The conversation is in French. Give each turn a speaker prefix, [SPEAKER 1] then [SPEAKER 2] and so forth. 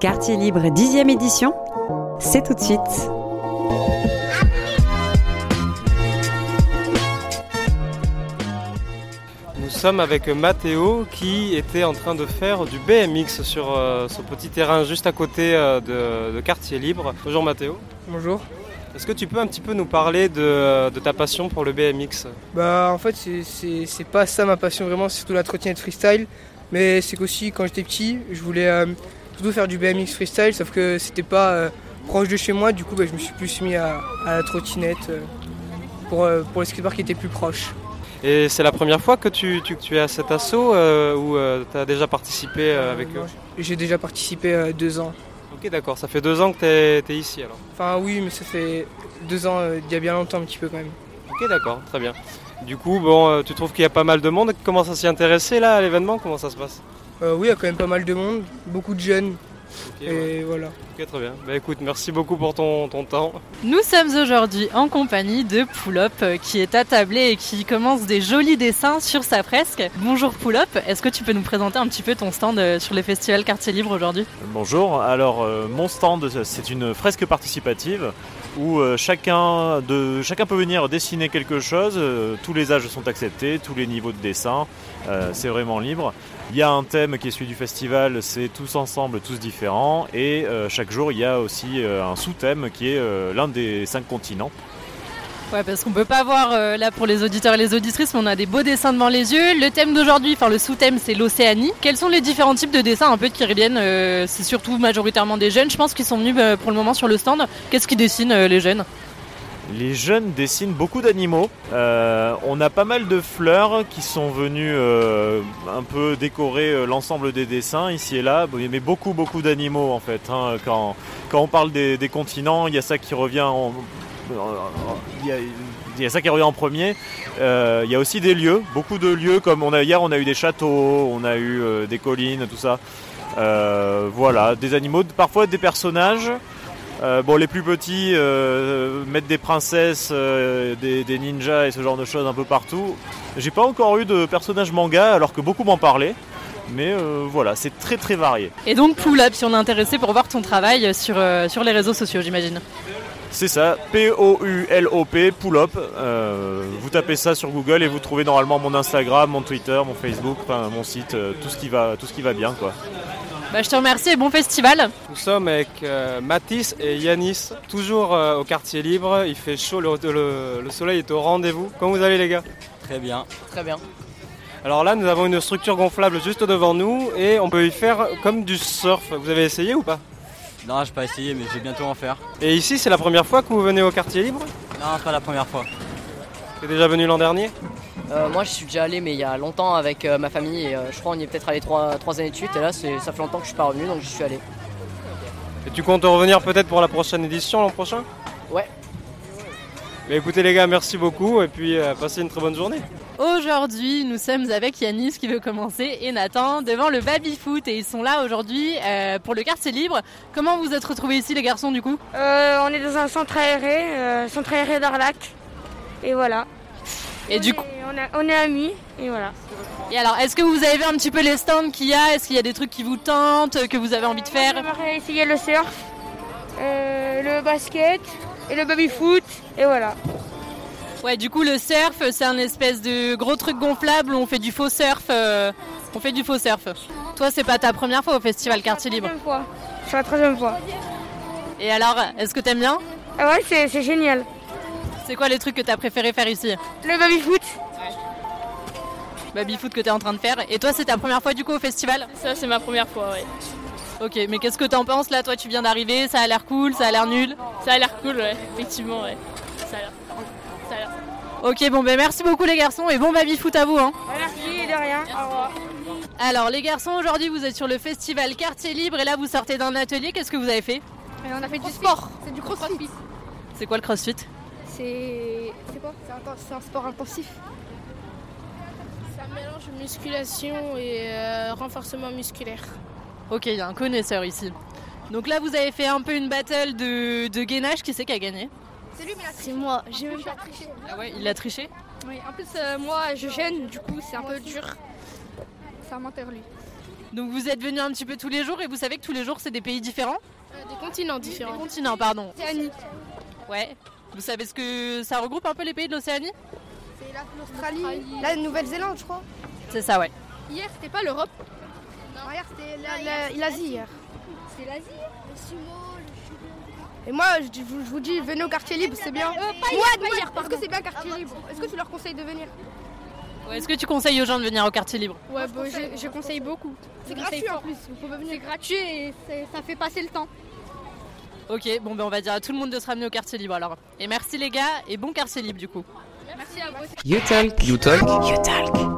[SPEAKER 1] Quartier Libre 10e édition, c'est tout de suite.
[SPEAKER 2] Nous sommes avec Mathéo qui était en train de faire du BMX sur euh, ce petit terrain juste à côté euh, de, de Quartier Libre. Bonjour Mathéo.
[SPEAKER 3] Bonjour.
[SPEAKER 2] Est-ce que tu peux un petit peu nous parler de, de ta passion pour le BMX
[SPEAKER 3] Bah en fait c'est- c'est c'est pas ça ma passion vraiment, c'est surtout la trottinette freestyle. Mais c'est qu'aussi quand j'étais petit, je voulais euh, surtout faire du BMX freestyle, sauf que c'était pas euh, proche de chez moi, du coup bah, je me suis plus mis à, à la trottinette euh, pour, euh, pour les skateparks qui étaient plus proches.
[SPEAKER 2] Et c'est la première fois que tu, tu- tu es à cet assaut euh, ou tu as déjà participé euh, avec eux
[SPEAKER 3] Non, J'ai déjà participé euh, deux ans.
[SPEAKER 2] Ok d'accord, ça fait deux ans que tu es ici alors.
[SPEAKER 3] Enfin oui mais ça fait deux ans euh, il y a bien longtemps un petit peu quand même.
[SPEAKER 2] Ok d'accord, très bien. Du coup, bon, euh, tu trouves qu'il y a pas mal de monde qui commence à s'y intéresser là à l'événement Comment ça se passe
[SPEAKER 3] Euh, oui il y a quand même pas mal de monde, beaucoup de jeunes
[SPEAKER 2] Ok,
[SPEAKER 3] et
[SPEAKER 2] ouais.
[SPEAKER 3] voilà.
[SPEAKER 2] Ok, très bien. Bah écoute, merci beaucoup pour ton, ton temps.
[SPEAKER 4] Nous sommes aujourd'hui en compagnie de Poulop euh, qui est attablé et qui commence des jolis dessins sur sa fresque. Bonjour Poulop, est-ce que tu peux nous présenter un petit peu ton stand euh, sur les festivals Quartier Libre aujourd'hui
[SPEAKER 5] Bonjour, alors euh, mon stand c'est une fresque participative où euh, chacun, de, chacun peut venir dessiner quelque chose, euh, tous les âges sont acceptés, tous les niveaux de dessin, euh, c'est vraiment libre. Il y a un thème qui est celui du festival, c'est tous ensemble, tous différents, et euh, chaque jour il y a aussi euh, un sous-thème qui est euh, l'un des cinq continents.
[SPEAKER 4] Ouais, parce qu'on peut pas voir euh, là pour les auditeurs et les auditrices, mais on a des beaux dessins devant les yeux. Le thème d'aujourd'hui, enfin le sous-thème, c'est l'Océanie. Quels sont les différents types de dessins un peu qui reviennent euh, C'est surtout majoritairement des jeunes, je pense, qui sont venus euh, pour le moment sur le stand. Qu'est-ce qui dessine euh, les jeunes
[SPEAKER 5] Les jeunes dessinent beaucoup d'animaux. Euh, on a pas mal de fleurs qui sont venues euh, un peu décorer euh, l'ensemble des dessins ici et là, mais beaucoup beaucoup d'animaux en fait. hein. Quand, quand on parle des, des continents, il y a ça qui revient en, euh, il y a- il y a ça qui revient en premier. Euh, il y a aussi des lieux, beaucoup de lieux comme on a hier, on a eu des châteaux, on a eu euh, des collines, tout ça. Euh, voilà, des animaux, parfois des personnages. Euh, bon, les plus petits euh, mettent des princesses, euh, des, des ninjas et ce genre de choses un peu partout. J'ai pas encore eu de personnage manga alors que beaucoup m'en parlaient. Mais euh, voilà, c'est très très varié.
[SPEAKER 4] Et donc Poulop, si on est intéressé pour voir ton travail euh, sur, euh, sur les réseaux sociaux, j'imagine.
[SPEAKER 5] C'est ça, P-O-U-L-O-P, pull up. Euh, vous tapez ça sur Google et vous trouvez normalement mon Instagram, mon Twitter, mon Facebook, enfin, mon site, euh, tout, ce qui va, tout ce qui va bien quoi.
[SPEAKER 4] Bah, je te remercie et bon festival.
[SPEAKER 2] Nous sommes avec euh, Mathis et Yanis, toujours euh, au quartier libre. Il fait chaud, le, le- le soleil est au rendez-vous. Comment vous allez, les gars
[SPEAKER 6] Très bien.
[SPEAKER 4] Très bien.
[SPEAKER 2] Alors là, nous avons une structure gonflable juste devant nous et on peut y faire comme du surf. Vous avez essayé ou pas
[SPEAKER 6] Non, j'ai pas essayé, mais je vais bientôt en faire.
[SPEAKER 2] Et ici, c'est la première fois que vous venez au quartier libre
[SPEAKER 6] Non, c'est pas la première fois.
[SPEAKER 2] T'es déjà venu l'an dernier
[SPEAKER 7] Euh, moi, je suis déjà allé, mais il y a longtemps avec euh, ma famille. Et, euh, je crois qu'on y est peut-être allé trois, trois années de suite. Et là, c'est- ça fait longtemps que je suis pas revenu, donc je suis allé.
[SPEAKER 2] Et tu comptes revenir peut-être pour la prochaine édition l'an prochain
[SPEAKER 7] Ouais.
[SPEAKER 2] Mais écoutez les gars, merci beaucoup et puis euh, passez une très bonne journée.
[SPEAKER 4] Aujourd'hui, nous sommes avec Yanis qui veut commencer et Nathan devant le baby foot et ils sont là aujourd'hui euh, pour le quartier libre. Comment vous êtes retrouvés ici les garçons du coup
[SPEAKER 8] Euh, on est dans un centre aéré, euh, centre aéré d'Arlac. Et voilà.
[SPEAKER 4] Et
[SPEAKER 8] On
[SPEAKER 4] du
[SPEAKER 8] est-
[SPEAKER 4] coup,
[SPEAKER 8] on, a- on est amis, et voilà.
[SPEAKER 4] et alors est-ce que vous avez vu un petit peu les stands qu'il y a Est-ce qu'il y a des trucs qui vous tentent, que vous avez envie de
[SPEAKER 8] Euh, moi,
[SPEAKER 4] faire
[SPEAKER 8] J'aimerais essayer le surf, euh, le basket et le baby-foot, et voilà.
[SPEAKER 4] Ouais, du coup le surf, c'est un espèce de gros truc gonflable où on fait du faux surf. euh, on fait du faux surf. Toi, c'est pas ta première fois au festival quartier libre.
[SPEAKER 8] Troisième fois. C'est la troisième fois.
[SPEAKER 4] Et alors, est-ce que t'aimes bien
[SPEAKER 8] Ah ouais, c'est c'est génial.
[SPEAKER 4] C'est quoi les trucs que t'as préféré faire ici
[SPEAKER 8] Le baby-foot,
[SPEAKER 4] Babyfoot que t'es en train de faire. Et toi, c'est ta première fois du coup au festival
[SPEAKER 9] Ça, c'est ma première fois, ouais.
[SPEAKER 4] Ok, mais qu'est-ce que t'en penses là Toi, tu viens d'arriver, ça a l'air cool, ça a l'air nul.
[SPEAKER 9] Ça a l'air cool, ouais. Effectivement, ouais. Ça a l'air. Ça a l'air.
[SPEAKER 4] Ok, bon, ben merci beaucoup les garçons et bon babyfoot à vous. Hein.
[SPEAKER 8] merci de rien. Au revoir.
[SPEAKER 4] Alors, les garçons, aujourd'hui, vous êtes sur le festival Quartier Libre et là, vous sortez d'un atelier. Qu'est-ce que vous avez fait
[SPEAKER 10] Mais on a fait du sport. C'est du crossfit.
[SPEAKER 4] C'est quoi le crossfit
[SPEAKER 10] C'est c'est quoi C'est inten- C'est un sport intensif.
[SPEAKER 9] Ça mélange musculation et euh, renforcement musculaire.
[SPEAKER 4] Ok, il y a un connaisseur ici. Donc là, vous avez fait un peu une battle de, de gainage. Qui c'est qui a gagné
[SPEAKER 10] C'est lui, mais la
[SPEAKER 9] C'est moi. J'ai même pas-
[SPEAKER 4] Ah ouais, il a triché
[SPEAKER 10] Oui, en plus, euh, moi, je gêne, du coup, c'est un peu dur. C'est un menteur, lui.
[SPEAKER 4] Donc vous êtes venus un petit peu tous les jours et vous savez que tous les jours c'est des pays différents
[SPEAKER 9] Euh, des continents différents.
[SPEAKER 4] Des continents, pardon.
[SPEAKER 10] Océanie.
[SPEAKER 4] Ouais. Vous savez ce que ça regroupe un peu les pays de l'Océanie
[SPEAKER 10] C'est là, l'Australie. La Nouvelle-Zélande, je crois.
[SPEAKER 4] C'est ça, ouais.
[SPEAKER 9] Hier, c'était pas l'Europe.
[SPEAKER 10] Hier, c'était la- la- l'Asie. hier.
[SPEAKER 8] C'est l'Asie
[SPEAKER 10] Et moi, je, je vous je vous dis, venez au quartier libre, c'est bien.
[SPEAKER 9] Euh, pas
[SPEAKER 10] Moi,
[SPEAKER 9] hier, Ah, pas
[SPEAKER 10] moi,
[SPEAKER 9] hier,
[SPEAKER 10] Est-ce que c'est bien quartier libre Est-ce que tu leur conseilles de venir
[SPEAKER 4] Ouais, Est-ce que tu conseilles aux gens de venir au quartier libre
[SPEAKER 9] Ouais,
[SPEAKER 10] je
[SPEAKER 9] bah,
[SPEAKER 10] conseille.
[SPEAKER 9] je, je conseille beaucoup.
[SPEAKER 10] C'est
[SPEAKER 9] Je
[SPEAKER 10] gratuit
[SPEAKER 9] conseille
[SPEAKER 10] en
[SPEAKER 9] fort.
[SPEAKER 10] plus, vous pouvez
[SPEAKER 9] C'est
[SPEAKER 10] venir.
[SPEAKER 9] gratuit et c'est- ça fait passer le temps.
[SPEAKER 4] Ok, bon ben on va dire à tout le monde de se ramener au quartier libre alors. Et merci les gars et bon quartier libre du coup.
[SPEAKER 9] Merci à vous.
[SPEAKER 1] You Talk.
[SPEAKER 11] You Talk
[SPEAKER 1] You Talk.